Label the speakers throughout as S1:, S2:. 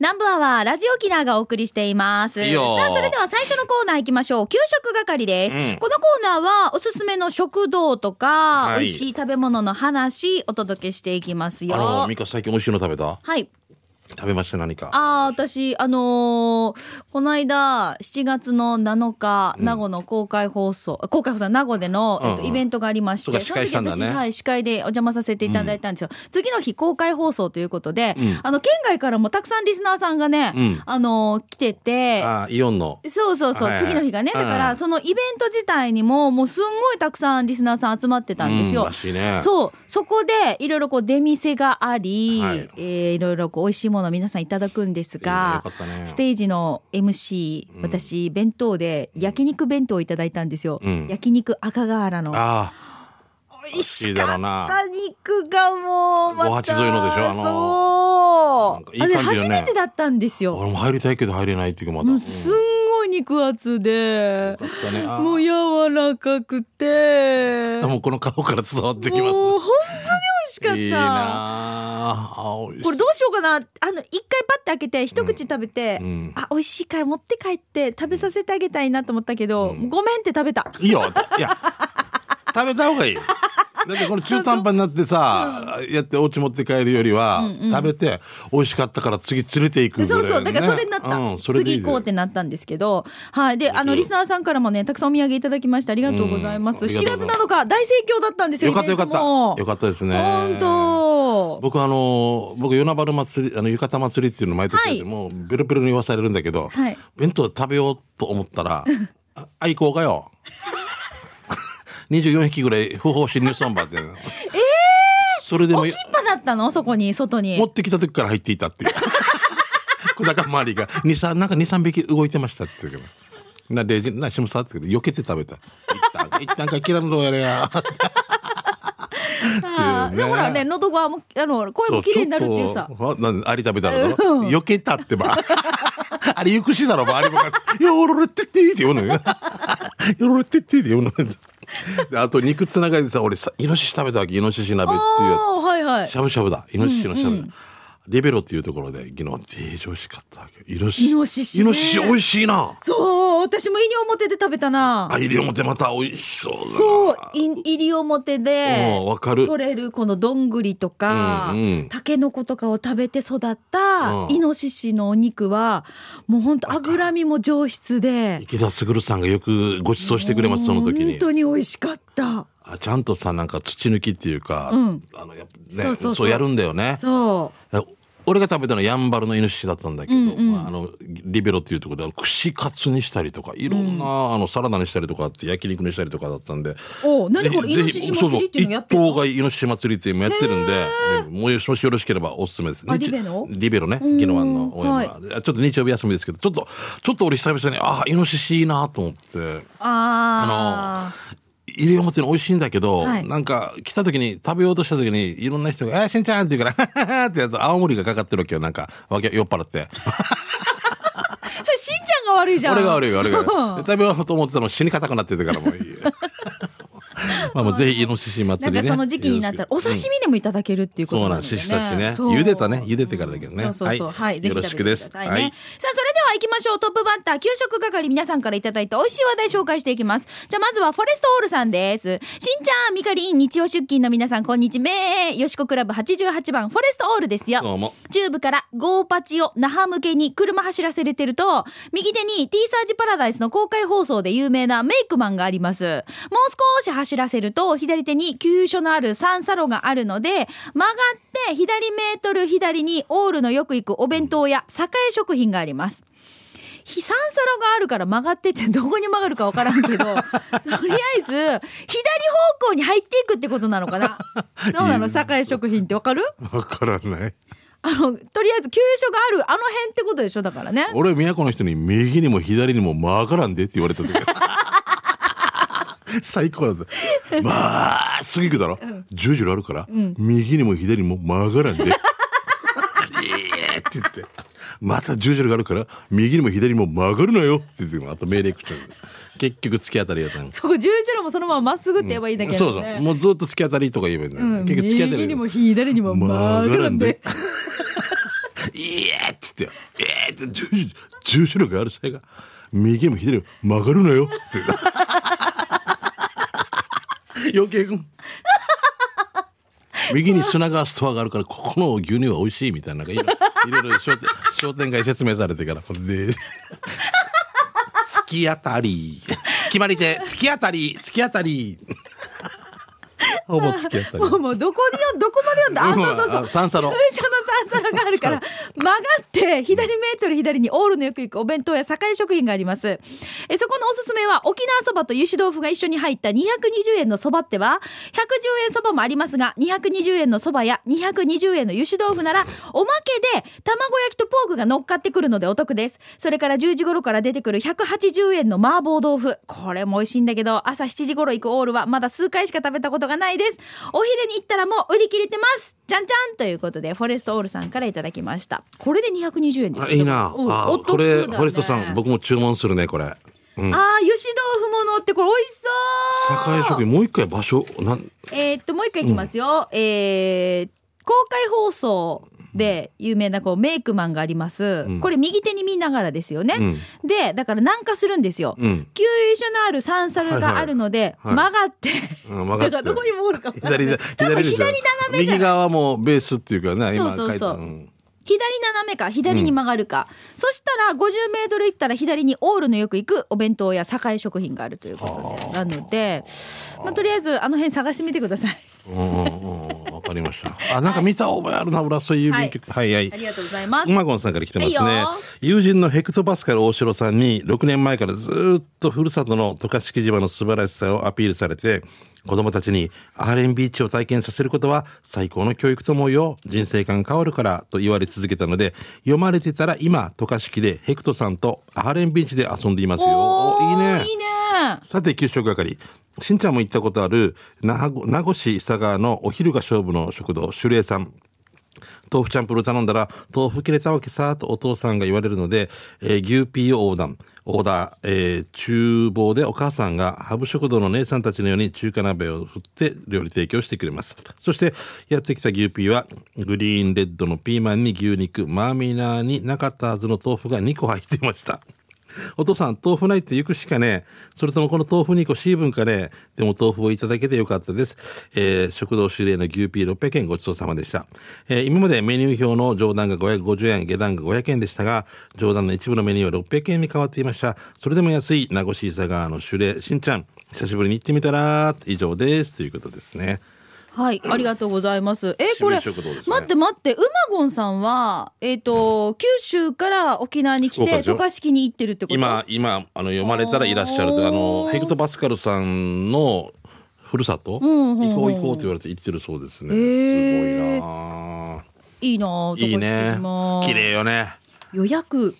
S1: 南部アワーラジオキナーがお送りしています。
S2: いいよ
S1: さあ、それでは最初のコーナー行きましょう。給食係です。
S2: うん
S1: このコーナーは、おすすめの食堂とか、
S2: はい
S1: 美味しい食べ物の話、お届けしていきます
S2: あの、
S1: よ
S2: ミ。カ最近美味しいの食べた
S1: はい。
S2: 食べました何か。
S1: ああ、私、あのーこの間、7月の7日、名護の公開放送、あ公開放送、名護での、えっ
S2: うん
S1: と、
S2: うん
S1: イベントがありまして、
S2: そうか司会したんだね
S1: 私、はい、司会でお邪魔させていただいたんですよ。次の日、公開放送ということで、
S2: ん
S1: あの、県外からもたくさんリスナーさんがね、
S2: うん
S1: あのー来てて、
S2: あーイオンの。
S1: そうそうそう、
S2: はいはい
S1: 次の日がね、だか
S2: うんう
S1: ら、
S2: ん
S1: そのイベント自体にも、もうすんごいたくさんリスナーさん集まってたんですよ。
S2: うんらしいね。
S1: そう、そこでいろいろこう出店があり、
S2: はい
S1: えーいろいろこう美味しいものを皆さんいただくんですが
S2: いいねよかったね
S1: ステージの MC、私弁当で焼肉弁当をいただいたんですよ。
S2: うん
S1: 焼肉赤瓦の
S2: あ
S1: 美味し
S2: 美味しいだ
S1: か
S2: ろ
S1: っ
S2: うな
S1: た肉がもうまた
S2: 五八沿いのでしょあのなん
S1: そ
S2: か
S1: う
S2: いい感じよね
S1: あれ初めてだったんです
S2: あ、
S1: よ。
S2: 俺も入りたいけど入れないっていうかまだ。
S1: も
S2: う
S1: うんすんごい肉厚で、
S2: よかったねあー
S1: もう柔らかくて、
S2: もうこの顔から伝わってきます。
S1: もう本当に美味しかった。
S2: いいなあ。あ美味しい
S1: これどうしようかなあの一回パッて開けて一口食べて、
S2: うん
S1: あ美味しいから持って帰って食べさせてあげたいなと思ったけど、
S2: うん
S1: ごめんって食べた
S2: いいよ。いや、食べた方がいい。だってこの中途半端になってさ、やってお家持って帰るよりは、
S1: うんうん
S2: 食べて、美味しかったから次連れて行くぐら
S1: そ
S2: いうね、
S1: そうだからそれになった、
S2: うんそれでいい
S1: 次
S2: ぜ
S1: 行こうってなったんですけどはいであの
S2: うん
S1: リスナーさんからもねたくさんお土産いただきましてありがとうございます、
S2: うんあり
S1: 7月
S2: がとうございます
S1: 7日大盛況だったんですよ
S2: よかったよかった。よかったですね。
S1: 本当
S2: 僕あの僕与那原祭りあの浴衣祭りっていうの毎年やって
S1: はい
S2: もうベロベロに言わされるんだけど、
S1: はい
S2: 弁当食べようと思ったらあ愛好がよ24匹ぐらい不法侵入サンバーってええそれでも
S1: 置きっぱだったのそこに外に
S2: 持ってきた時から入っていたっていう 小高周りが23なんか23匹動いてましたっていうけどなレジなしもさって言うけど避けて食べた一旦一旦かきらんどうやれや
S1: あーでほらね喉がもあの声も綺麗になるっていうさ
S2: そちょっとあなんでアリ食べたらだろ
S1: うん
S2: 避けたってばあれゆくしだろばあれば「よろれってっていい」って言うのよ「よろれってっていい」って言うのよであと肉つながりでさ俺さイノシシ食べたわけイノシシ鍋っていうや
S1: あーはいはい
S2: つしゃぶしゃぶだイノシシのしゃぶ、レベロっていうところで昨日ぜい美味しかったわけイノシシ
S1: イノシシね
S2: イノシシ美味しいな
S1: そう私も胃に表で食べたな
S2: あイリオモテまた美味しそうだな
S1: そう、い入り表で
S2: うん、わかる
S1: 取れるこのどんぐりとか、
S2: うんうん
S1: タケノコとかを食べて育った
S2: うん
S1: イノシシのお肉は、もう本当脂身も上質で、
S2: 池田卓さんがよくご馳走してくれますその時に
S1: 本当に美味しかった。
S2: あちゃんとさなんか土抜きっていうか、
S1: うん
S2: あのやっぱね
S1: そう
S2: そ
S1: そううそう
S2: やるんだよね
S1: そ
S2: 俺が食べたのはやんばるのイノシシだったんだけど、
S1: うんうん
S2: まあ、あのリベロっていうところであの串カツにしたりとかいろんな、あのサラダにしたりとかって焼肉にしたりとかだったんで
S1: う。おう何これ、イ
S2: ぜ
S1: ノ
S2: ひ
S1: シシ
S2: ぜひそう
S1: 祭
S2: そう
S1: りっていうのや
S2: 一
S1: ってる
S2: 頭買いイノシシ祭りっていうのやってるんで、もしもしよろしければおすすめです
S1: あリベロ
S2: リベロね
S1: うん
S2: 宜野湾の応援
S1: はい
S2: ちょっと日曜日休みですけどちょっとちょっと俺久々にああイノシシいいなと思って。
S1: あ
S2: 入れ表の美味しいんだけど、
S1: はい
S2: なんか来た時に食べようとした時にいろんな人が「えしんちゃん」って言うから「はははってやつ青森がかかってるわけよなんかわけ酔っ払って
S1: あ。それ、しんちゃんが悪いじゃん。
S2: 俺が悪いよ俺が悪い
S1: うん
S2: で食べようと思ってたの死に硬くなっててか らもういいまあもうぜひイノシシ
S1: な
S2: 祭
S1: ん
S2: り
S1: か
S2: ね
S1: その時期になったら、お刺
S2: うん
S1: 身でもいただけるっていうこと
S2: そう
S1: な
S2: なんん
S1: で
S2: し
S1: ね。
S2: しさしね
S1: そう
S2: 茹でたね茹でてからだけどね、
S1: そうそうそう。はい。ぜひ
S2: よ
S1: 食
S2: ろ
S1: べ
S2: してく
S1: くださ
S2: です
S1: いね。さあ、それでは行きましょう。トップバッター、給食係、皆さんからいただいた美味しい話題紹介していきます。じゃあ、まずはフォレストオールさんです。しんちゃん、みかりん、日曜出勤の皆さん、こんにちは。よしこクラブ88番、フォレストオールですよ。
S2: どうも
S1: 中部からゴーパチを那覇向けに車走らせれてると、右手に T サージパラダイスの公開放送で有名なメイクマンがあります。もう少し走らせると、左手に急所のある三サロがあるので、曲がって左メートル左にオールのよく行くお弁当や栄食品があります。ひ三サロがあるから曲がっててどこに曲がるかわからんけどとりあえず左方向に入っていくってことなのかなどうなの栄食品ってわかる
S2: わからない
S1: あの、とりあえず急所がある、あの辺ってことでしょ、だからね。
S2: 俺都の人に右にも左にも曲がらんでって言われた 時最高だ ったまあすぐ行くだろ、十10時あるから、右にも左にも曲がらんでいいえって言ってまた十字路があるから右にも左にも曲がるなよって言ってあと命令口調 結局突き当たりやったの
S1: そこ十字路もそのまままっすぐって言えばいいんだけ
S2: そ
S1: ど、
S2: うそう
S1: ね。
S2: もうずっと突き当たりとか言えばいいんだよ、
S1: うん
S2: 結局突き当たり
S1: 右にも左にも曲がらんで。
S2: いえって言って、えーって重力、重力あるせいが、右も左も曲がるなよって。余計君。右に砂川ストアがあるから、ここの牛乳は美味しいみたいな、なんかいろいろいろ商店商店街説明されてから、ほんで、突き当たり。決まり手、突き当たり、突き当たり。ほぼ突き当たり
S1: も。うもうどこによどこまでよんだあ
S2: うん
S1: そうそうそ
S2: あ
S1: う
S2: 三差路
S1: 急所の三差路があるから曲がって左メートル左にオールのよく行くお弁当や栄食品がありますえそこのおすすめは沖縄そばと油脂豆腐が一緒に入った220円のそばっては110円そばもありますが220円のそばや220円の油脂豆腐ならおまけで卵焼きとポークが乗っかってくるのでお得ですそれから10時頃から出てくる180円の麻婆豆腐これも美味しいんだけど朝7時頃行くオールはまだ数回しか食べたことがないですお昼に行ったらもう売り切れてますじゃんじゃんということでフォレストオールさんからいただきましたこれで220円です
S2: あいいな。
S1: うん
S2: あ
S1: お得
S2: これ、
S1: だね
S2: フォレストさん、僕も注文するね、これ。う
S1: あ
S2: ん。
S1: あ油脂豆腐ものってこれ美味しそう
S2: 栄食品、もう一回場所、なん、
S1: えーっともう一回いきますよ、えー公開放送で有名なこうメイクマンがあります、
S2: うん
S1: これ右手に見ながらですよね、
S2: うん。
S1: でだから南下するんですよ、
S2: うん。
S1: 給油所のあるサンサルがあるので、
S2: はいはい
S1: 曲がって、
S2: うん曲がって
S1: だからどこにもおるか分からない
S2: 左だ、
S1: 多分
S2: でしょ
S1: 左斜めじゃ
S2: 右
S1: ない
S2: 側はもうベースっていうかね、今
S1: そうそ
S2: 書
S1: う
S2: い
S1: そ
S2: た。
S1: う
S2: うん
S1: 左斜めか左に曲がるか、そしたら50メートル行ったら左にオールのよく行くお弁当や栄食品があるということでなので、まあ、とりあえずあの辺探してみてください
S2: うんうんうん。わかりました。あ、なんか見た覚えあるな、浦添郵便局。はいはい
S1: あ。りがとうございます
S2: 馬ンさんから来てますね、
S1: はいよ
S2: 友人のヘクソパスカル大城さんに6年前からずーっとふるさとの渡嘉敷島の素晴らしさをアピールされて子供たちに RN ビーチを体験させることは最高の教育と思うよ人生観変わるからと言われ続けたので読まれてたら今渡嘉敷でヘクトさんと RN ビーチで遊んでいますよ
S1: おー
S2: おいいね
S1: いいね
S2: さて給食係しんちゃんも行ったことある那覇ご名護市伊佐川のお昼が勝負の食堂シュレイさん豆腐チャンプルー頼んだら豆腐切れたわけさとお父さんが言われるので、えー牛ピーを横断オーダー、えー厨房でお母さんがハブ食堂の姉さんたちのように中華鍋を振って料理提供してくれますそしてやってきた牛ピーはグリーンレッドのピーマンに牛肉マーミナーになかったはずの豆腐が2個入っていましたお父さん、豆腐ないって行くしかねえ。それともこの豆腐2個 C 分かねえ。でも豆腐をいただけてよかったです。えー食堂主令の牛ピー600円ごちそうさまでした。えー今までメニュー表の上段が550円、下段が500円でしたが、上段の一部のメニューは600円に変わっていました。それでも安い名護市伊佐川の主令、しんちゃん、久しぶりに行ってみたら、以上です。ということですね。
S1: はい、ありがとうございます。え
S2: 市
S1: これ、
S2: 民食堂ですね
S1: 待って待って、うまごんさんは、えっ、と、九州から沖縄に来
S2: そうか
S1: て、
S2: でしょ
S1: 渡嘉敷に行ってるってこと。
S2: 今、今、あの、読まれたらいらっしゃると。あの、ヘクトパスカルさんの、ふるさと、
S1: んうんうん
S2: 行こう行こうと言われて行ってるそうです
S1: へ
S2: ね。すごいない
S1: いなぁ、
S2: い
S1: 渡嘉
S2: いね
S1: 敷も。
S2: 綺麗よね。
S1: 予約、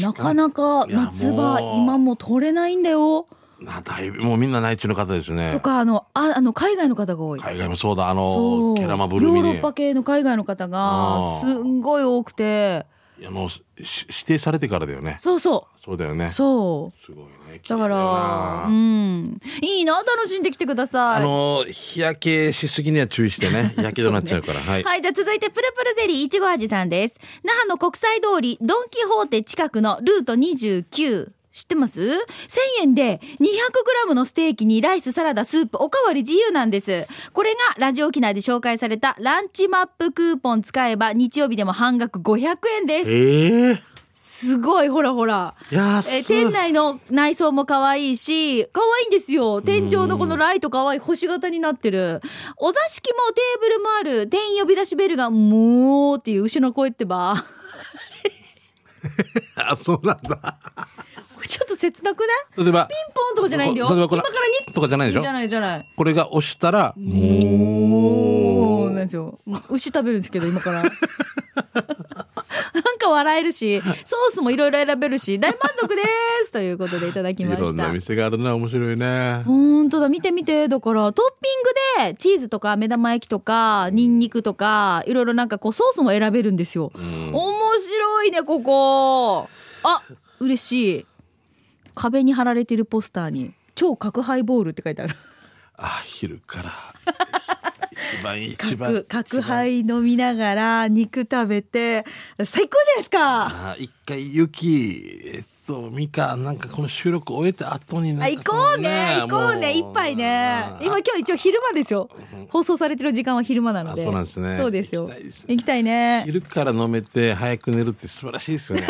S1: なかなか
S2: いや
S1: 夏場、
S2: もう
S1: 今もう取れないんだよ。
S2: なだいぶ、もうみんな内地の方ですね
S1: と。か、あの、ああの海外の方が多い。
S2: 海外もそうだ、あ
S1: そ
S2: の
S1: う、
S2: キャラマブルー
S1: ヨ
S2: ミ
S1: ーロ
S2: に
S1: ッ。パ系の海外の方が
S2: あ、ー
S1: すんごい多くて、
S2: あの、し指定されてからだよね。
S1: そうそ
S2: そうだよね。
S1: う、
S2: す
S1: そう。
S2: ごいね。綺
S1: だか
S2: 麗よ
S1: ら、う、
S2: なん
S1: いいな、楽しんできてください。
S2: あの、日焼けしすぎには注 意してね。やけどになっちゃうから。はい。
S1: はい、じゃあ続いてプルプルゼリーいちご味さんです。那覇の国際通りドンキホーテ近くのルート29。知ってます ?1000 円で 200g のステーキにライス、サラダ、スープ、おかわり自由なんです。これがラジオ機内で紹介されたランチマップクーポン使えば日曜日でも半額500円です。
S2: ええ。
S1: すごい、ほらほら。
S2: 安
S1: えー
S2: い。
S1: 店内の内装も可愛いし可愛いんですよ天井のこのライト可愛い星型になってるお座敷もテーブルもある店員呼び出しベルが「もう」っていう牛の声ってば
S2: あ、そうなんだ。
S1: ちょっと切なくない
S2: 例えば、
S1: ピンポンとかじゃないんだよ
S2: 例え
S1: 今
S2: ば
S1: か
S2: こ
S1: ら
S2: の
S1: ニ
S2: とかじゃないで
S1: じ
S2: し
S1: ゃ
S2: ょ
S1: ないじゃない
S2: これが押したら、も
S1: おー
S2: う
S1: なんですよ牛食べるんですけど今から なんか笑えるしソースもいろいろ選べるし大満足ですということでいただき
S2: い
S1: ました
S2: ろんな店があるな、面白いね。
S1: 本当だ見て見てだからトッピングでチーズとか目玉焼きとかニンニクとかいろいろなんかこうソースも選べるんですよ、面白いねここあ嬉しい壁に貼られてるポスターに「超角ハイボール」って書いてある
S2: あ、昼から。 番いい一番
S1: 角角杯飲みながら肉食べて最高じゃないですか
S2: あー一回ゆきえっとみかなんかこの収録終えた後にな
S1: あ
S2: ん
S1: 行
S2: か
S1: こう
S2: そ
S1: ね行
S2: の
S1: こうね
S2: も
S1: 一杯ね
S2: あー
S1: 今今日一応昼間ですよ放送されてる時間は昼間なので
S2: あそうなんですね
S1: そうですよ
S2: 行きたいですね
S1: 行きたいね
S2: 昼から飲めて早く寝るって素晴らしいですよね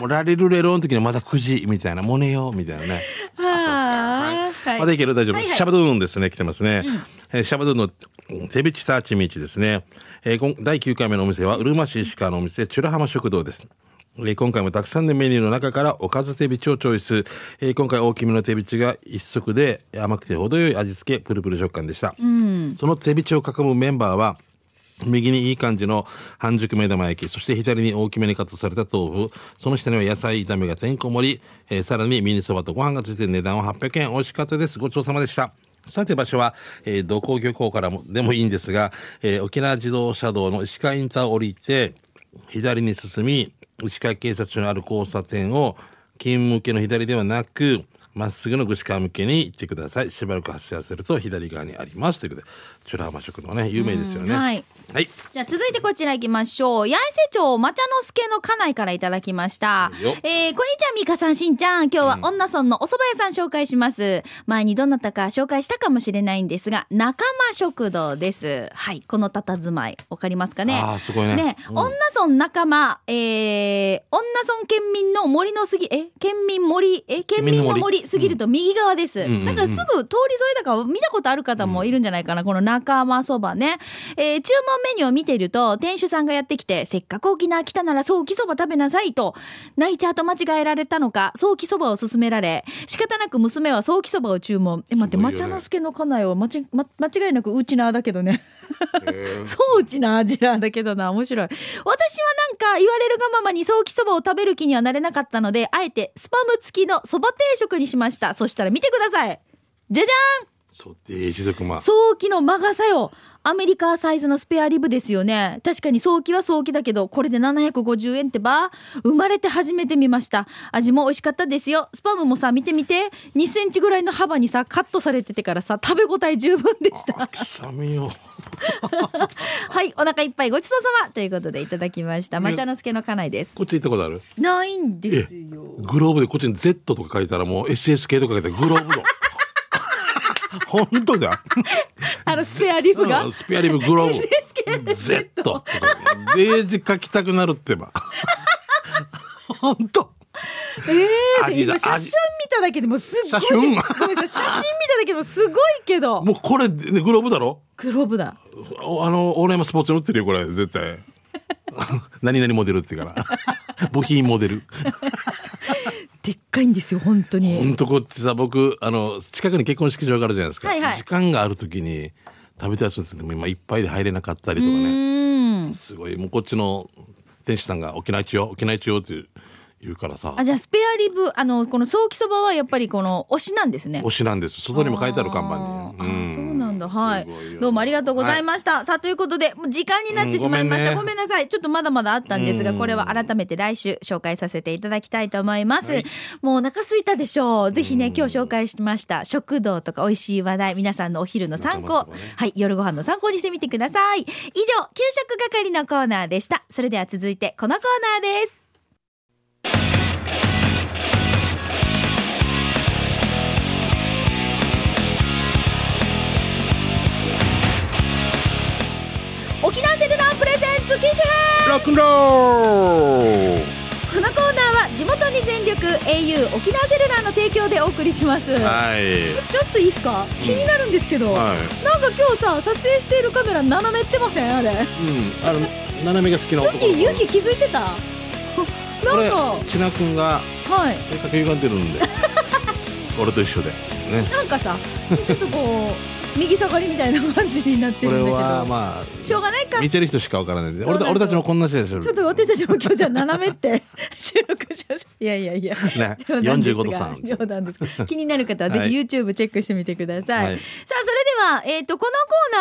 S2: もうラリルレロの時にまだ9時みたいなもう寝ようみたいなね
S1: あー
S2: あそうですか
S1: は
S2: はいいまだいける大丈夫、
S1: はいはい
S2: シャバドゥンですね来てますね、えーシャバドゥンのうんセビチサーチミチですね、えー今第9回目のお店はうるま市石川のお店チュラハマ食堂ですえー今回もたくさんのメニューの中からおかず手びちをチョイス。えー今回大きめの手びちが一足で甘くて程よい味付け、プルプル食感でした。その手びちを囲むメンバーは、右にいい感じの半熟目玉焼き、そして左に大きめにカットされた豆腐、その下には野菜炒めがてんこ盛り、えーさらにミニそばとご飯がついて値段は800円。美味しかったです。ごちそうさまでした。さて場所は、えー、土港漁港からもでもいいんですが、えー沖縄自動車道の石川インターを降りて、左に進み、石川警察署のある交差点を、勤務向けの左ではなく、まっすぐの串川向けに行ってください。しばらく走らせると左側にあります。ということで、チュラハマ食堂ね、有名ですよね。
S1: うんはい
S2: はい。
S1: じゃあ続いてこちら行きましょう。八重瀬町抹茶の助の家内からいただきました
S2: いいよ。
S1: えー、こんにちは、みーかさん、しんちゃん。今日は女村のお蕎麦屋さん紹介します。前にどなたか紹介したかもしれないんですが、仲間食堂です。はい、この佇まい。わかりますかね
S2: ああ、すごいね。
S1: ね、
S2: うん
S1: 女村仲間、えー、女村県民の森の杉、え、県民森、え、県民の
S2: 県民の
S1: 森
S2: 森
S1: 過ぎると右側です。
S2: んうんうん
S1: だからすぐ通り沿いだから見たことある方もいるんじゃないかな、この仲間そばね。えー注文メニューを見ていると、店主さんがやってきて、せっかく沖縄来たなら早期そば食べなさいと、泣いちゃうと間違えられたのか、早期そばを勧められ、仕方なく娘は早期そばを注文。え、待って、
S2: すごいよ
S1: 抹
S2: ね
S1: 茶之助の家内は間ち、ま、間違いなくうちなーだけどね。
S2: えー
S1: そううちな味なんだけどな、面白い。私はなんか言われるがままに早期そばを食べる気にはなれなかったので、あえてスパム付きのそば定食にしました。そしたら見てください。じゃじ
S2: そう、で、一族
S1: ゃ
S2: ま
S1: ん。早期のマガサよ。アメリカサイズのスペアリブですよね。確かに早期は早期だけど、これで750円ってば、生まれて初めて見ました。味も美味しかったですよ。スパムもさ、見てみて。2センチぐらいの幅にさ、カットされててからさ、食べ応え十分でした。
S2: あ、臭みを。
S1: はい、お腹いっぱいごちそうさまということでいただきました。抹茶の助の家内です。
S2: こっち行っ たことある
S1: ないんですよ。
S2: グローブでこっちに Z とか書いたらもう SSK とか書いてグローブの。本当だ。
S1: あのスペアリブが
S2: うん、。スペアリブグローブ Z とかデージ書きたくなるってば本当
S1: ええ
S2: 味だ
S1: 今写真
S2: 味
S1: 見ただけでもすっごい。
S2: 写真
S1: ごめんなさい、写真見ただけでもすごいけど。
S2: もうこれ、ね、グローブだろ
S1: グローブだ。
S2: おあの大山スポーツに売ってるよこれ絶対何々モデルって言うから部品モデル
S1: でっかいんですよ、本当
S2: ほん
S1: に。
S2: とこっちさ僕あの近くに結婚式場があるじゃないですか、
S1: はいはい
S2: 時間がある時に食べたやつですけども今いっぱいで入れなかったりとか
S1: う
S2: ね
S1: ーん。
S2: すごいもうこっちの店主さんが沖縄一よ沖縄一よって言うからさ
S1: あ、じゃあスペアリブ、あの、この早期そばはやっぱりこの推しなんですね
S2: 推。しなんです外にも書いてある看板
S1: あ
S2: に、
S1: ーあーそうなんだ。はい
S2: すごよ。
S1: どうもありがとうございました。さあ、ということで、もう時間になってしまいました。
S2: うん
S1: ご
S2: ご
S1: め
S2: め
S1: んなさい。ちょっとまだまだあったんですが、これは改めて来週紹介させていただきたいと思います。
S2: はい
S1: もうお腹空いたでしょう。ぜひね、今日紹介しました。食堂とか美味しい話題、皆さんのお昼の参考、
S2: 仲間とかね
S1: はい、夜ご飯の参考にしてみてください。以上、給食係のコーナーでした。それでは続いて、このコーナーです。沖縄セルラープレゼンツ機種編
S2: ロックンロー
S1: このコーナーは地元に全力 au 沖縄セルラーの提供でお送りしますちょ
S2: はい
S1: っといいですか気になるんですけど、
S2: はい
S1: なんか今日さ撮影しているカメラ斜めってませんあれ
S2: うんあの斜めが好きな
S1: ユ
S2: 男
S1: キユキ気づいてた
S2: こ
S1: なん
S2: れ
S1: か
S2: 千奈君が
S1: はい
S2: 性格歪んでる んで俺と一緒でね
S1: なんかさちょっとこ う右下がりみたいな感じになって
S2: こ
S1: るんだ
S2: れ
S1: けど
S2: はまあ
S1: しょうがないか
S2: 見てる人しかわからないんで俺
S1: そ
S2: た
S1: うなん
S2: 俺
S1: ですよ
S2: たちもこんな人ですよ
S1: ちょっと私たちも今日じゃあ斜めって 収録しましたいやいやいや
S2: ね
S1: 冗談ですが
S2: 45度さん
S1: 冗談ですが気になる方はぜ
S2: はい
S1: ひ YouTube チェックしてみてください、
S2: はい
S1: さあそれでは、えー、とこの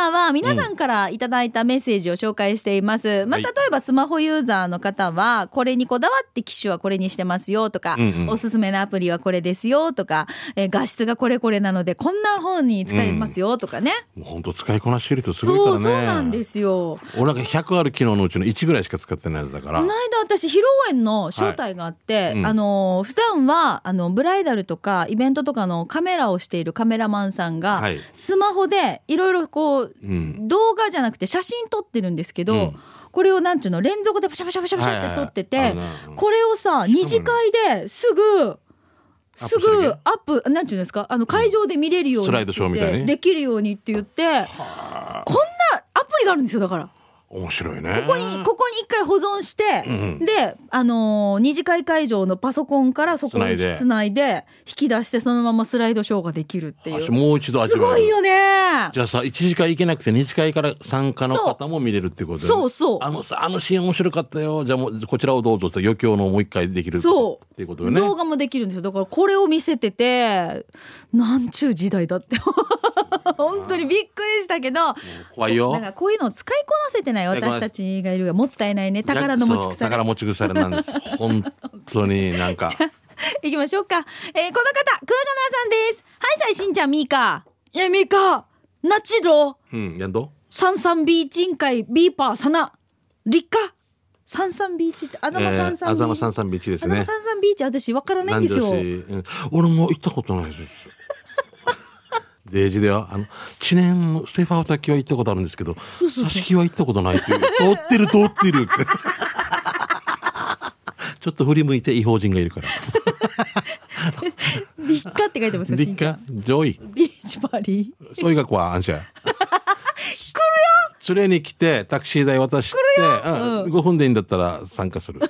S1: コーナーは皆さんからいただいたメッセージを紹介しています、まあ、
S2: はい
S1: 例えばスマホユーザーの方はこれにこだわって機種はこれにしてますよとか、
S2: うんうん
S1: おすすめのアプリはこれですよとか、えー画質がこれこれなのでこんな方に使えますよとかね。
S2: もう本当使いこなしてる人すごいから
S1: そう、
S2: ね。
S1: そうなんですよ。
S2: 俺なんか100ある機能のうちの1ぐらいしか使ってないやつだか
S1: こ
S2: ら
S1: の。間私披露宴の招待があって、
S2: いうん
S1: あの普段はあのブライダルとかイベントとかのカメラをしているカメラマンさんが、
S2: はい
S1: スマホでいろいろこう
S2: うん。
S1: 動画じゃなくて写真撮ってるんですけど、
S2: うん
S1: これをなんていうの連続でパシャパシャパシャパシャって撮ってて、
S2: はいはいはいあるねうん
S1: これをさ二次会ですぐす
S2: アップして
S1: ぐ
S2: る
S1: アップなんていうんですかあの会場で見れるように
S2: スライドショーみたいに
S1: できるようにって言ってこんなアプリがあるんですよだから。
S2: 面白いね。
S1: ここに、ここに一回保存して、
S2: うん
S1: で、あのー二次会会場のパソコンからそこ
S2: 繋い
S1: に
S2: で
S1: つないで、引き出してそのままスライドショーができるっていう。
S2: もう一度味
S1: す
S2: わ
S1: ご
S2: える
S1: いよね
S2: じゃあさ、1次会行けなくて2次会から参加の方も見れるってことだよね
S1: そうそう
S2: あのさ、あのシーン面白かったよ。じゃあもう、こちらをどうぞって余興のもう一回できる
S1: そう
S2: っていうことよね。
S1: 動画もできるんですよ。だからこれを見せてて、なんちゅう時代だ って。本当にびっくりしたけど、
S2: 怖いよ
S1: なん。かこういうのを使いこなせてない
S2: 使いこなせ
S1: 私たちがいるがもったいないね。宝の持ち
S2: そう
S1: 腐れ
S2: 宝持ち腐れなんです。本当になん か。
S1: 行きましょうか。えーこの方、クワガナーさんです。はい、さいしんちゃん、ミーカー。え、ミーカー、ナチロー、
S2: うん、やんど
S1: サンサンビーチン会、ビーパー、サナ、リカ、サンサンビーチって、あざまサンサンビーチ。
S2: あざまさんさんビーチです
S1: あざま
S2: ね。
S1: サンサンビーチ、私、わからないんで
S2: 男
S1: すよ。
S2: 女子、うん俺も行ったことないですよ。デージでは、あの、知念のセファー滝は行ったことあるんですけど、挿し木は行ったことないっていう。通ってる通ってる って。ちょっと振り向いて違法人がいるから。
S1: リカって書いてますよ、し
S2: 立
S1: んちゃ
S2: 夏
S1: ん。、
S2: 上位。
S1: ビーチパリー。
S2: そういう学校は安心。来るよ連れに来て、タクシー代渡して、うん5分でいいんだったら参加 する。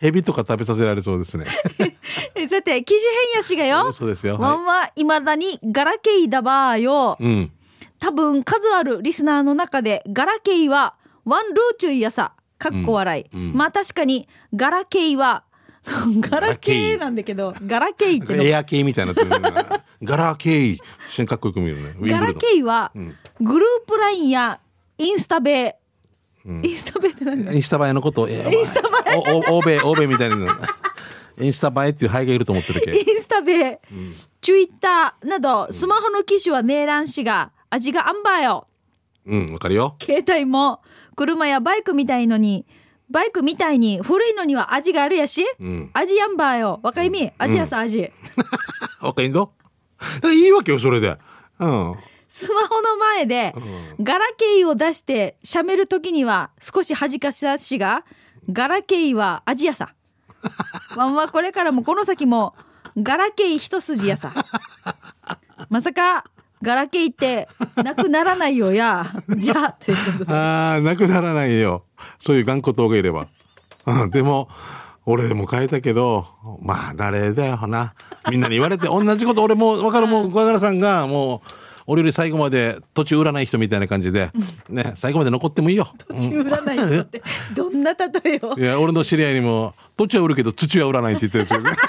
S2: 蛇とか食べさせられそうですね。
S1: えさて、機種変やしがよ。
S2: そうですよ。
S1: ワ
S2: は
S1: ンはいまだにガラケイだばーよ。
S2: い、うん。
S1: 多分数あるリスナーの中でガラケイはワンルーチュイやさかっこ笑い、
S2: うんうん
S1: まあ確かにガラケイは ガラケイなんだけどガラケイっての
S2: エア系みたいなやつね。ガラケイ。一瞬かっこよく見えるね。ウィン
S1: ガ
S2: ブ
S1: ラ
S2: ルド
S1: ケイは
S2: うん
S1: グループラインやインスタベ、
S2: うん
S1: インスタベって何
S2: ンインスタ映えのことを、インスタ映え。おお欧米、欧米みたいな。インスタ映えっていう肺がいると思ってるけ
S1: イ。ンスタベ、ツイッターなどスマホの機種はネーラン氏が味がアンバーよ
S2: うん、わかるよ。
S1: 携帯も車やバイクみたいのにバイクみたいに古いのには味があるやし、
S2: うん。
S1: 味やんばーよ若いみ味やさ味、
S2: わかんどいいわけよ、それで。うん。
S1: スマホの前で、ガラケイを出して、しゃべるときには、少し恥かしさしが、ガラケイは味や さ。ワンはこれからもこの先も、ガラケイ一筋やさ。まさか、ガラケイって、なくならないよや。じゃあ、ということで。
S2: ああ、なくならないよ。そういう頑固党がいれば。うん、でも、俺でも変えたけど、まあ、誰だよな。みんなに言われて、同じこと俺も、わかるもん、小原さんが、もう、俺より最後まで途中売らない人みたいな感じで、ね、最後まで残ってもいいよ。
S1: 土地占い人って、どんな例えを
S2: い。や、俺の知り合いにも、土地は売るけど土は売らないって言ってるんですよね。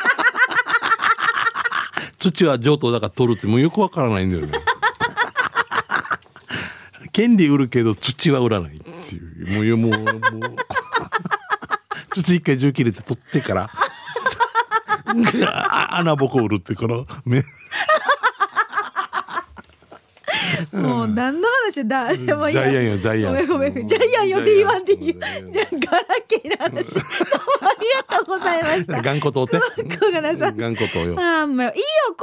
S2: 土は上等だから取るって、もうよくわからないんだよね。権利売るけど土は売らないっていう。もう、もう、もう。土一回重機入れて取っ てから、あ穴ぼこ売るって、この、め、
S1: もう何の話だ。でもいいや
S2: ジャイアンよジャイアン
S1: ごめんごめんごめん。ジャイアンよって言わんでいいよ。じゃあガラケーの話。どうもありがとうございま した。
S2: 頑固党って。
S1: 小柄さん
S2: 頑固党よ。
S1: あーもういいよこういう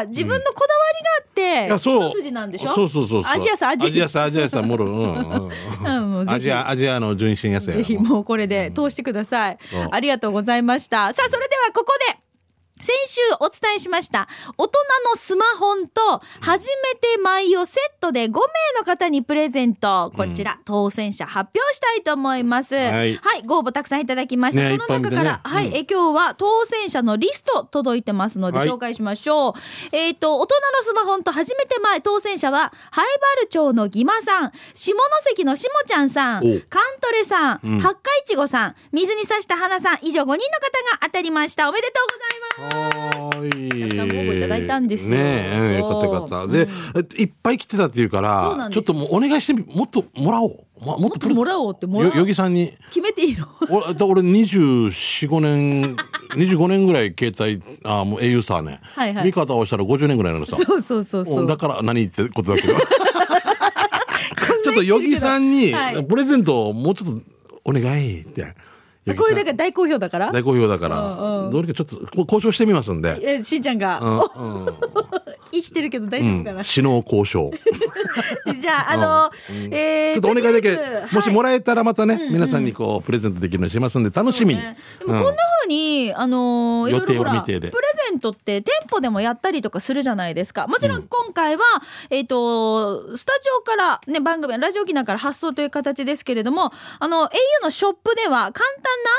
S1: さ自分のこだわりがあ
S2: いや
S1: って、
S2: そう
S1: 一筋なんでしょ
S2: そうそうそうそう
S1: アジアさアジ
S2: アジアさアジアさもろ、うんうん
S1: ア うんもう
S2: ア
S1: ぜひ
S2: ジアアジアの純真やせや
S1: ぜひもうこれで通してください、
S2: うん
S1: ありがとうございましたさあそれではここで先週お伝えしました大人のスマホンと初めて舞をセットで5名の方にプレゼントこちら、当選者発表したいと思いますは
S2: はいい、
S1: ご応募たくさんいただきました、
S2: ね
S1: その中から、
S2: いっぱい見てね
S1: はい、
S2: うん
S1: え今日は当選者のリスト届いてますので
S2: はい
S1: 紹介しましょう。えっ、と、大人のスマホンと初めて前当選者は、ハイバル町のギマさん、下関のしもちゃんさん、
S2: お
S1: カントレさん、
S2: うん
S1: 八海いちごさん、水に刺した花さん、以上5人の方が当たりました。おめでとうございます。
S2: はー
S1: たく
S2: い。
S1: さんご応募いただいたんですよ
S2: ねえ、うんよかったよかった。で、いっぱい来てたっていうか
S1: そうなん
S2: ら、
S1: で
S2: ち
S1: す
S2: ょっともうお願いしてみ、もっともらおう。まも
S1: もっともらおうってもらお
S2: よよ
S1: う。
S2: ぎさんに。
S1: 決めていいの
S2: おだ俺24、5年25年ぐらい携帯あーもう au さね、
S1: はいはい
S2: 見方をしたら50年ぐらいなのさ
S1: そうそうそうそう
S2: うんだから何ってこと だけどちょっとヨギさんに
S1: はい
S2: プレゼントをもうちょっとお願いってヨギ
S1: こ
S2: さ
S1: れだ
S2: ん
S1: から大好評だから
S2: 大好評だから
S1: うんうん
S2: どうにかちょっとこ交渉してみますんで、
S1: えしんちゃんが、
S2: うん
S1: お
S2: うん
S1: 生きてるけど大
S2: う
S1: 丈
S2: ん
S1: 夫かな、
S2: 首脳交渉
S1: じゃああの、 えー
S2: ちょっとお願いだけ
S1: とりあえず
S2: もしも
S1: はい
S2: らえたらまたね、皆さんにこうプレゼントできるのしますんで楽しみに、
S1: そうねで
S2: う
S1: も
S2: ん
S1: こんな風に、あのーいろいろ
S2: 予定を
S1: ほら
S2: 未定で
S1: プレゼントって店舗でもやったりとかするじゃないですかもちろん今回は、えっ、とスタジオからね番組ラジオ機能から発送という形ですけれどもあの au のショップでは簡単な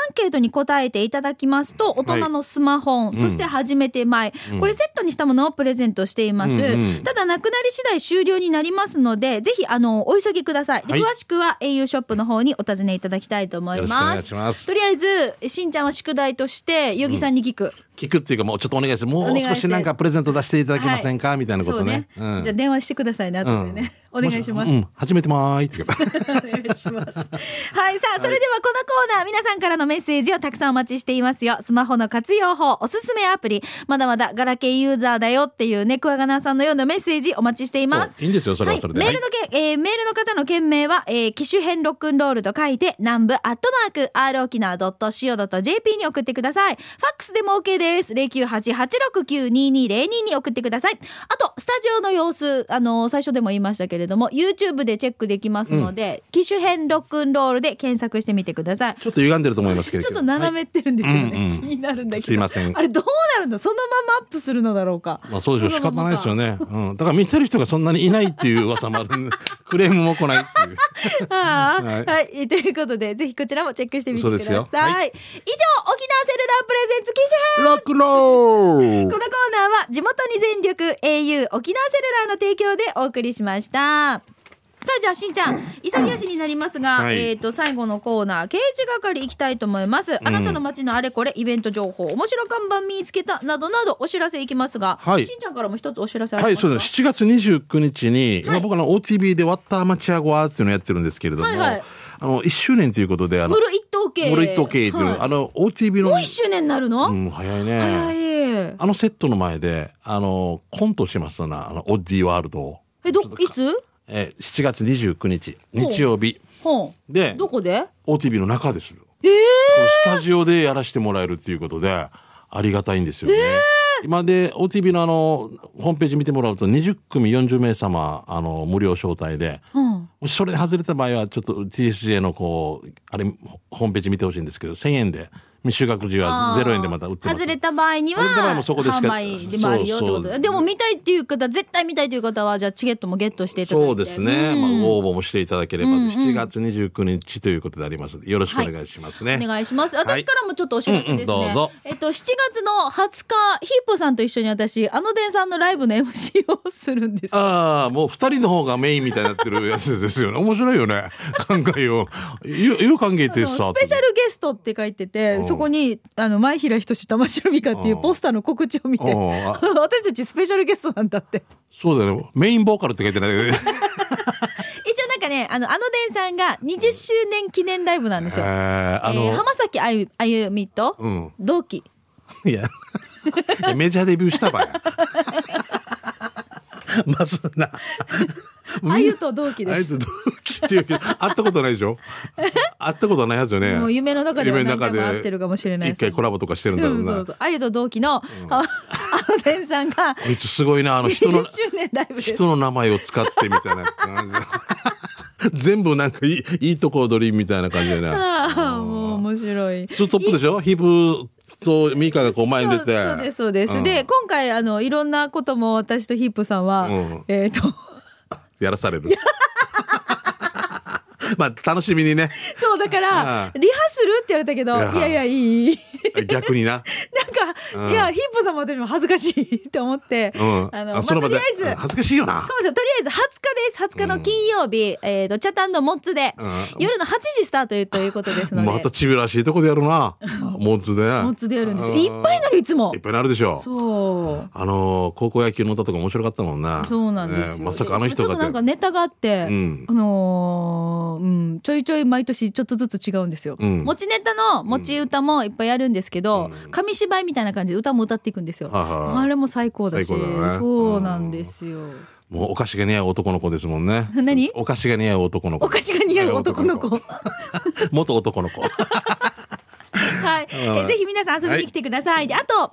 S1: アンケートに答えていただきますと大人のスマホ、そして始めて前、これセットにしたものをプレゼントしています、
S2: うんうん
S1: ただなくなり次第終了になりますのでぜひあのお急ぎくださいで
S2: はい
S1: 詳しくは au ショップの方にお尋ねいただきたいと思い
S2: よろ
S1: ま
S2: し
S1: す
S2: くお願いします
S1: とりあえずしんちゃんは宿題としてヨギさんに聞く、
S2: 聞くっていうかもうちょっとお願いしても
S1: お
S2: う
S1: 願いし
S2: 少
S1: て
S2: しなんかプレゼント出していただけませんか、みたいなこ
S1: そ
S2: と
S1: う
S2: ね
S1: ね、
S2: うん
S1: じゃあ電話してくださいね後でね、お願いします、
S2: もうん、初めてまーいって言うから
S1: お願いします。はい、さあ、それではこのコーナー、皆さんからのメッセージをたくさんお待ちしていますよ。スマホの活用法、おすすめアプリ、まだまだガラケーユーザーだよっていうね、クワガナーさんのようなメッセージお待ちしています。
S2: そういいんですよそれはそれで
S1: いメールのけ、えーメールの方の件名は、えー機種編ロックンロールと書いて、南部アットマーク、r 沖縄 .co.jp に送ってください。ファックスでも OK です。0988692202に送ってください。あと、スタジオの様子、あのー最初でも言いましたけれども、YouTube でチェックできますので、機種編ロックンロールで検索してみてください。
S2: ちょっと歪んでると思います
S1: ち
S2: け
S1: ょ
S2: れ
S1: っ
S2: ど
S1: と斜めってるんですよね、
S2: はいうんうん
S1: 気になるんだけど
S2: すいません
S1: あれどうなるんだそのままアップするのだろうか
S2: まあそうでしょう仕
S1: その
S2: 方
S1: まま
S2: ないですよね、うん、だから見てる人がそんなにいないっていう噂もあるんで クレームも来ないっていう
S1: ああ
S2: はい
S1: はい、ということで、ぜひこちらもチェックしてみて
S2: そ
S1: く
S2: う
S1: だ
S2: で
S1: さい。
S2: すよは
S1: 以上、沖縄セルラープレゼンツ機種編
S2: ロックンロー
S1: この
S2: ル
S1: コーナーは地元に全力 au 沖縄セルラーの提供でお送りしました。さあじゃあしんちゃん潔しになりますが、
S2: はい
S1: えっ、と最後のコーナー刑事係行きたいと思います、あなたの街のあれこれイベント情報面白看板見つけたなどなどお知らせいきますが、
S2: はい
S1: しんちゃんからも一つお知らせあり
S2: は
S1: ま
S2: い
S1: すか
S2: そうです7月29日に、
S1: は
S2: 今
S1: い
S2: 僕あの OTB で「ワッターマチアゴア」っていうのをやってるんですけれども、
S1: はいはい
S2: あの1周年ということであの
S1: ムロ一等系
S2: モルイット系っていうの、
S1: はい
S2: あの OTB の
S1: もう一周年になるの、
S2: うん、早いね
S1: 早い
S2: あのセットの前であのコントしますなあのオッディワールドを、
S1: えどいつ
S2: えー、7月29日
S1: ほう
S2: 日曜日
S1: ほう
S2: で
S1: どこで
S2: OTB の中です
S1: ええ
S2: このスタジオでやらせてもらえるということでありがたいんですよね、今で OTB のあのホームページ見てもらうと20組40名様あの無料招待で
S1: うん、
S2: もしそれで外れた場合はちょっと TSJ のこうあれホームページ見てほしいんですけど1000円で未就学児は0円でまた売ってます
S1: 外れた場合には
S2: 外れた場合もそこでしか
S1: 販売でもあるよってこと
S2: そう
S1: で
S2: そう
S1: でも見たいっていう方絶対見たいという方はじゃあチケットもゲットしていただいて
S2: そうですね、まあ、応募もしていただければ、
S1: うんうん
S2: 7月29日ということでありますのでよろしくお願いしますね、
S1: お願いします。
S2: はい
S1: 私からもちょっとお知らせですね。
S2: うんうんどうぞ
S1: えっと、7月の20日、ヒープさんと一緒に私、あのでんさんのライブの MC をするんです。
S2: ああもう二人の方がメインみたいになってるやつですよね面白いよね考えようゆゆう歓迎って
S1: あ
S2: さ
S1: のスペシャルゲストって書いてて、
S2: うん
S1: そこに、あの、前平仁玉城美香っていうポスターの告知を見て、
S2: うんあ
S1: 私たちスペシャルゲストなんだって。
S2: そうだよねメインボーカルって書い てないよね
S1: 一応なんかね、あの、あのでんさんが20周年記念ライブなんです
S2: え
S1: よ。
S2: ーあの、
S1: えー浜崎あゆあゆみと
S2: うん
S1: 同期、
S2: いやメジャーデビューしたばやまずな
S1: あゆと同期
S2: あ
S1: で
S2: い
S1: す。
S2: つ同期っていうけど会ったことないでしょ会ったことないはずよね
S1: もう夢の中では
S2: 夢の
S1: 何回
S2: 中で
S1: も会ってるかもしれない
S2: 一
S1: です。
S2: 回コラボとかしてるんだ
S1: そ
S2: ろう
S1: う
S2: な
S1: そうそう。あゆと同期の、あのでんさんが
S2: こいつすごいなあの人
S1: 20
S2: の
S1: 周年ライブです
S2: 人。の名前を使ってみたいな感じ 全部なんかいいいいとこ取りみたいな感じで
S1: あ
S2: な
S1: あ、もう面白い。
S2: ツートップでしょヒブとミカがこう前に出て
S1: そうそうですそうです、
S2: うん
S1: で今回あのいろんなことも私とヒップさんは、
S2: うん
S1: えっ、と
S2: やらされる まあ楽しみにね
S1: そうだから
S2: ああ
S1: リハするって言われたけど
S2: いや
S1: いやいやいい
S2: 逆にな、
S1: なんか、
S2: うん
S1: いやヒップさんも私も恥ずかしいと思って、
S2: うん、
S1: あのまあ
S2: その
S1: と
S2: 場
S1: り
S2: で、
S1: あえず、
S2: うん恥ずかしいよな
S1: そうですよとりあえず20日です20日の金曜日、えっ、とチャタンのモッツで、
S2: うん
S1: 夜の8時スタートということですので、
S2: またちびらしいとこでやるなモッツで
S1: モッツでやるんですよ
S2: うん
S1: いっぱいになるいつも
S2: いっぱいなるでしょ
S1: そう
S2: あのー高校野球の歌とか面白かったもんな
S1: そうなんですよ、
S2: ねまさかあの人
S1: ちょ
S2: が
S1: っとなん
S2: っ
S1: か
S2: て
S1: ネタがあって、
S2: うん
S1: あのうん、ちょいちょい毎年ちょっとずつ違うんですよ。
S2: うん
S1: 持ちネタの持ち歌もいっぱいやるんですけど、
S2: うん
S1: 紙芝居みたいな感じで歌も歌っていくんですよ。
S2: はいはい
S1: あれも最高だし、
S2: 最高だよね
S1: そうなんですよ。
S2: もうお菓子が似合う男の子ですもんね
S1: 何
S2: お菓子が似合う男の子
S1: お菓子が似合う男 の 子。
S2: 元男の 子
S1: はい、えーぜひ皆さん遊びに来てください。で、あと、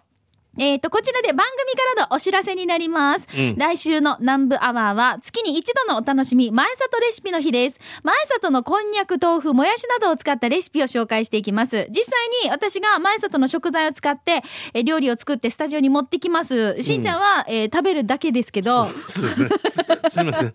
S1: えっ、と、こちらで番組からのお知らせになります。
S2: うん
S1: 来週の南部アワーは月に一度のお楽しみ、前里レシピの日です。前里のこんにゃく、豆腐、もやしなどを使ったレシピを紹介していきます。実際に私が前里の食材を使って、えー料理を作ってスタジオに持ってきます。しんちゃんは、えー食べるだけですけど、
S2: すいませんすいません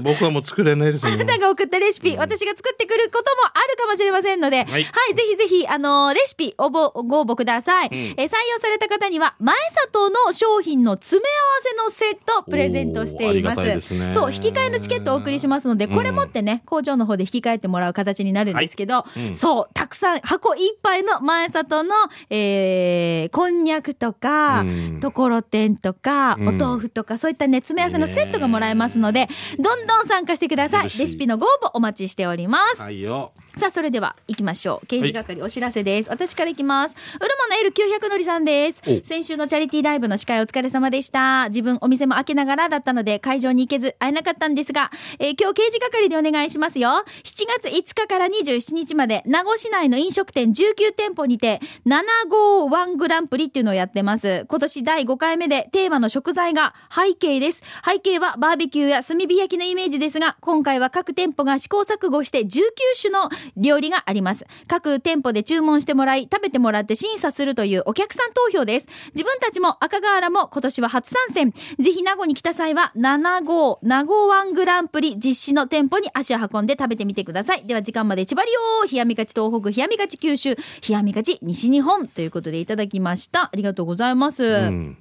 S2: 僕はもう作れないで す
S1: あ
S2: ね
S1: なたが送ったレシピ、私が作ってくることもあるかもしれませんので、は、
S2: はいい
S1: ぜひぜひ、あのーレシピ応募、ご応募ください。えー採用された方には、前里の商品の詰め合わせのセットをプレゼントしています。
S2: おーありがたいですね
S1: そう、引き換えのチケットをお送りしますので、これ持ってね、工場の方で引き換えてもらう形になるんですけど、そう、たくさん、箱いっぱいの前里の、えー、こんにゃくとか、
S2: うん
S1: ところてんとか、
S2: うん
S1: お豆腐とか、そういったね、詰め合わせのセットがもらえますので、どんどん参加してください。
S2: 嬉しい
S1: レシピのご応募お待ちしております。
S2: はいよ
S1: さあ、それでは行きましょう。刑事係お知らせです。私から行きます。ウルモの L900 のりさんです
S2: お。
S1: 先週のチャリティーライブの司会お疲れ様でした。自分お店も開けながらだったので会場に行けず会えなかったんですが、えー今日刑事係でお願いしますよ。7月5日から27日まで、名護市内の飲食店19店舗にて、751グランプリっていうのをやってます。今年第5回目でテーマの食材が背景です。背景はバーベキューや炭火焼きのイメージですが、今回は各店舗が試行錯誤して19種の料理があります。各店舗で注文してもらい、食べてもらって審査するというお客さん投票です。自分たちも赤瓦も今年は初参戦。ぜひ名護に来た際は、7号、名護ワングランプリ実施の店舗に足を運んで食べてみてください。では時間まで縛りよー冷やみがち東北、冷やみがち九州、冷やみがち西日本ということでいただきました。ありがとうございます。
S2: うん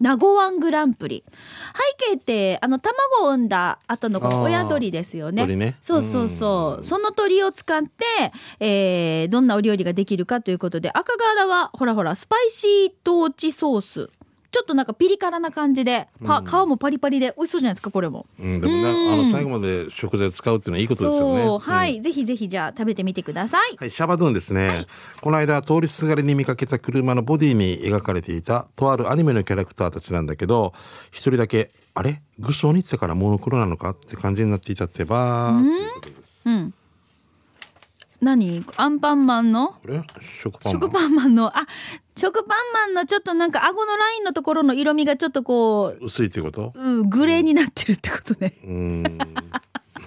S1: 名護ワングランプリ背景ってあの卵を産んだ後のこの
S2: あー
S1: 親鳥ですよね
S2: 鳥ね
S1: そうそうそうその鳥を使って、えーどんなお料理ができるかということで赤瓦はほらほらスパイシートーチソースちょっとなんかピリ辛な感じでパ皮もパリパリで美味しそうじゃないですかこれも。
S2: うん、でもね、
S1: うん
S2: あの最後まで食材使うっていうのはいいことですよね。
S1: そうはい、ぜひぜひじゃあ食べてみてください。
S2: はい、シャバドゥンですね、この間通りすがりに見かけた車のボディに描かれていたとあるアニメのキャラクターたちなんだけど一人だけ「あれ具装に行ってからモノクロなのか?」って感じになっていたってばということです
S1: うん何アンパンマンの
S2: これ食パンマン
S1: 食パンマンのあ食パンマンのちょっとなんか顎のラインのところの色味がちょっとこ
S2: 薄いってこと
S1: う、うん、グレーになってるってことね。
S2: うーん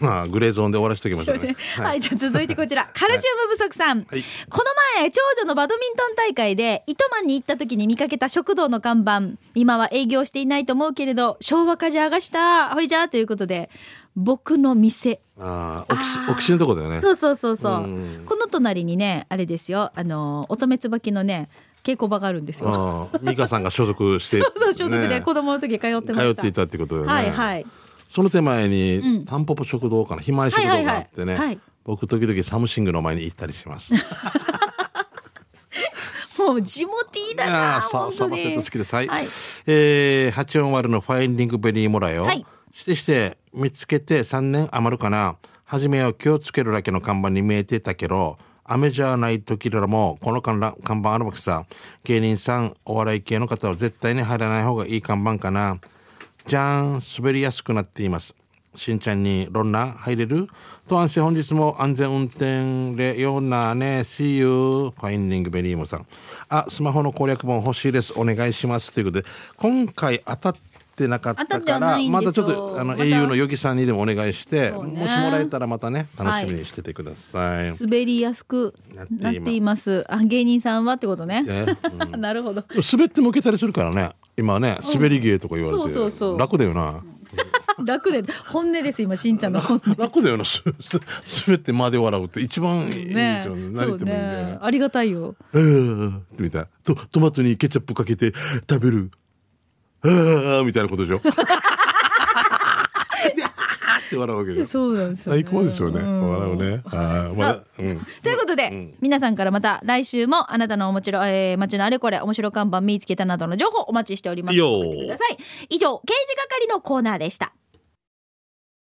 S2: まあグレーゾーンで終わらせておきましょうね。
S1: はい、じゃあ続いてこちらカルシウム不足さん、
S2: はい
S1: この前長女のバドミントン大会で糸満に行った時に見かけた食堂の看板今は営業していないと思うけれど昭和カジャーがしたほいじゃあということで僕の店
S2: ああ、オキシ、オキシのとこだよね。
S1: そうそうそうそう
S2: うん
S1: この隣にねあれですよあの乙女椿のね稽古場があるんですよ、
S2: ああ、美香さんが所属して、ね
S1: そう所属で子供の時通ってました。
S2: 通っていたってことだよね。
S1: はいはい。
S2: その手前
S1: うん
S2: に、タンポポ食堂かな、ひまわり食堂があって
S1: はいはいはいは
S2: ね
S1: い。
S2: 僕時々サムシングの前に行ったりし ます。い
S1: もう地元いいだ
S2: や
S1: な
S2: ー、さ
S1: 本
S2: サ
S1: 当
S2: バセッ
S1: に。
S2: ト好きです。はい
S1: はい。
S2: えー、八音割るのファインディングベリーもらよ
S1: はい。
S2: してして、見つけて三年余るかな。はじめは気をつけるだけの看板に見えてたけど、雨じゃない時らも、この看板看板あるわけさ。芸人さん、お笑い系の方は絶対に入らない方がいい看板かな。じゃーん、滑りやすくなっています。しんちゃんにロンナー入れると安心本日も安全運転でようなね See you ファインディングベリーモさんあスマホの攻略本欲しいですお願いしますということで今回当たってなかっ
S1: 当た
S2: た
S1: っては
S2: か
S1: な
S2: ら
S1: いん
S2: ま
S1: で
S2: た
S1: す
S2: ち
S1: よ
S2: ょっとあの
S1: また
S2: au のヨギさんにでもお願いして、
S1: そう
S2: も
S1: ね
S2: しもらえたらまたね楽しみにしててください、
S1: 滑りやすく
S2: なってい
S1: な
S2: ま
S1: っています。あ芸人さんはってことね。
S2: ね
S1: なるほど。
S2: 滑って向けたりするからね今ね滑り芸とか言われて、
S1: そうそうそう
S2: 楽だよな
S1: 楽で本音です今しんちゃんの本音。
S2: 楽だよなす す滑ってまで笑うって一番いいですよね
S1: そ
S2: 慣れ
S1: う
S2: てもいいんだよね
S1: ね。ありがたいよ。
S2: あーみたいなとトマトにケチャップかけて食べるああみたいなことでしょ であーって笑うわけです
S1: そうなんですよ、ね。
S2: 最高ですよね、
S1: うん
S2: 笑うねあーまだうん
S1: ということで、皆さんからまた来週もあなたのおもちろ、えー、街のあれこれ面白看板見つけたなどの情報お待ちしております。
S2: いいよ
S1: 送ってください。以上、刑事係のコーナーでした。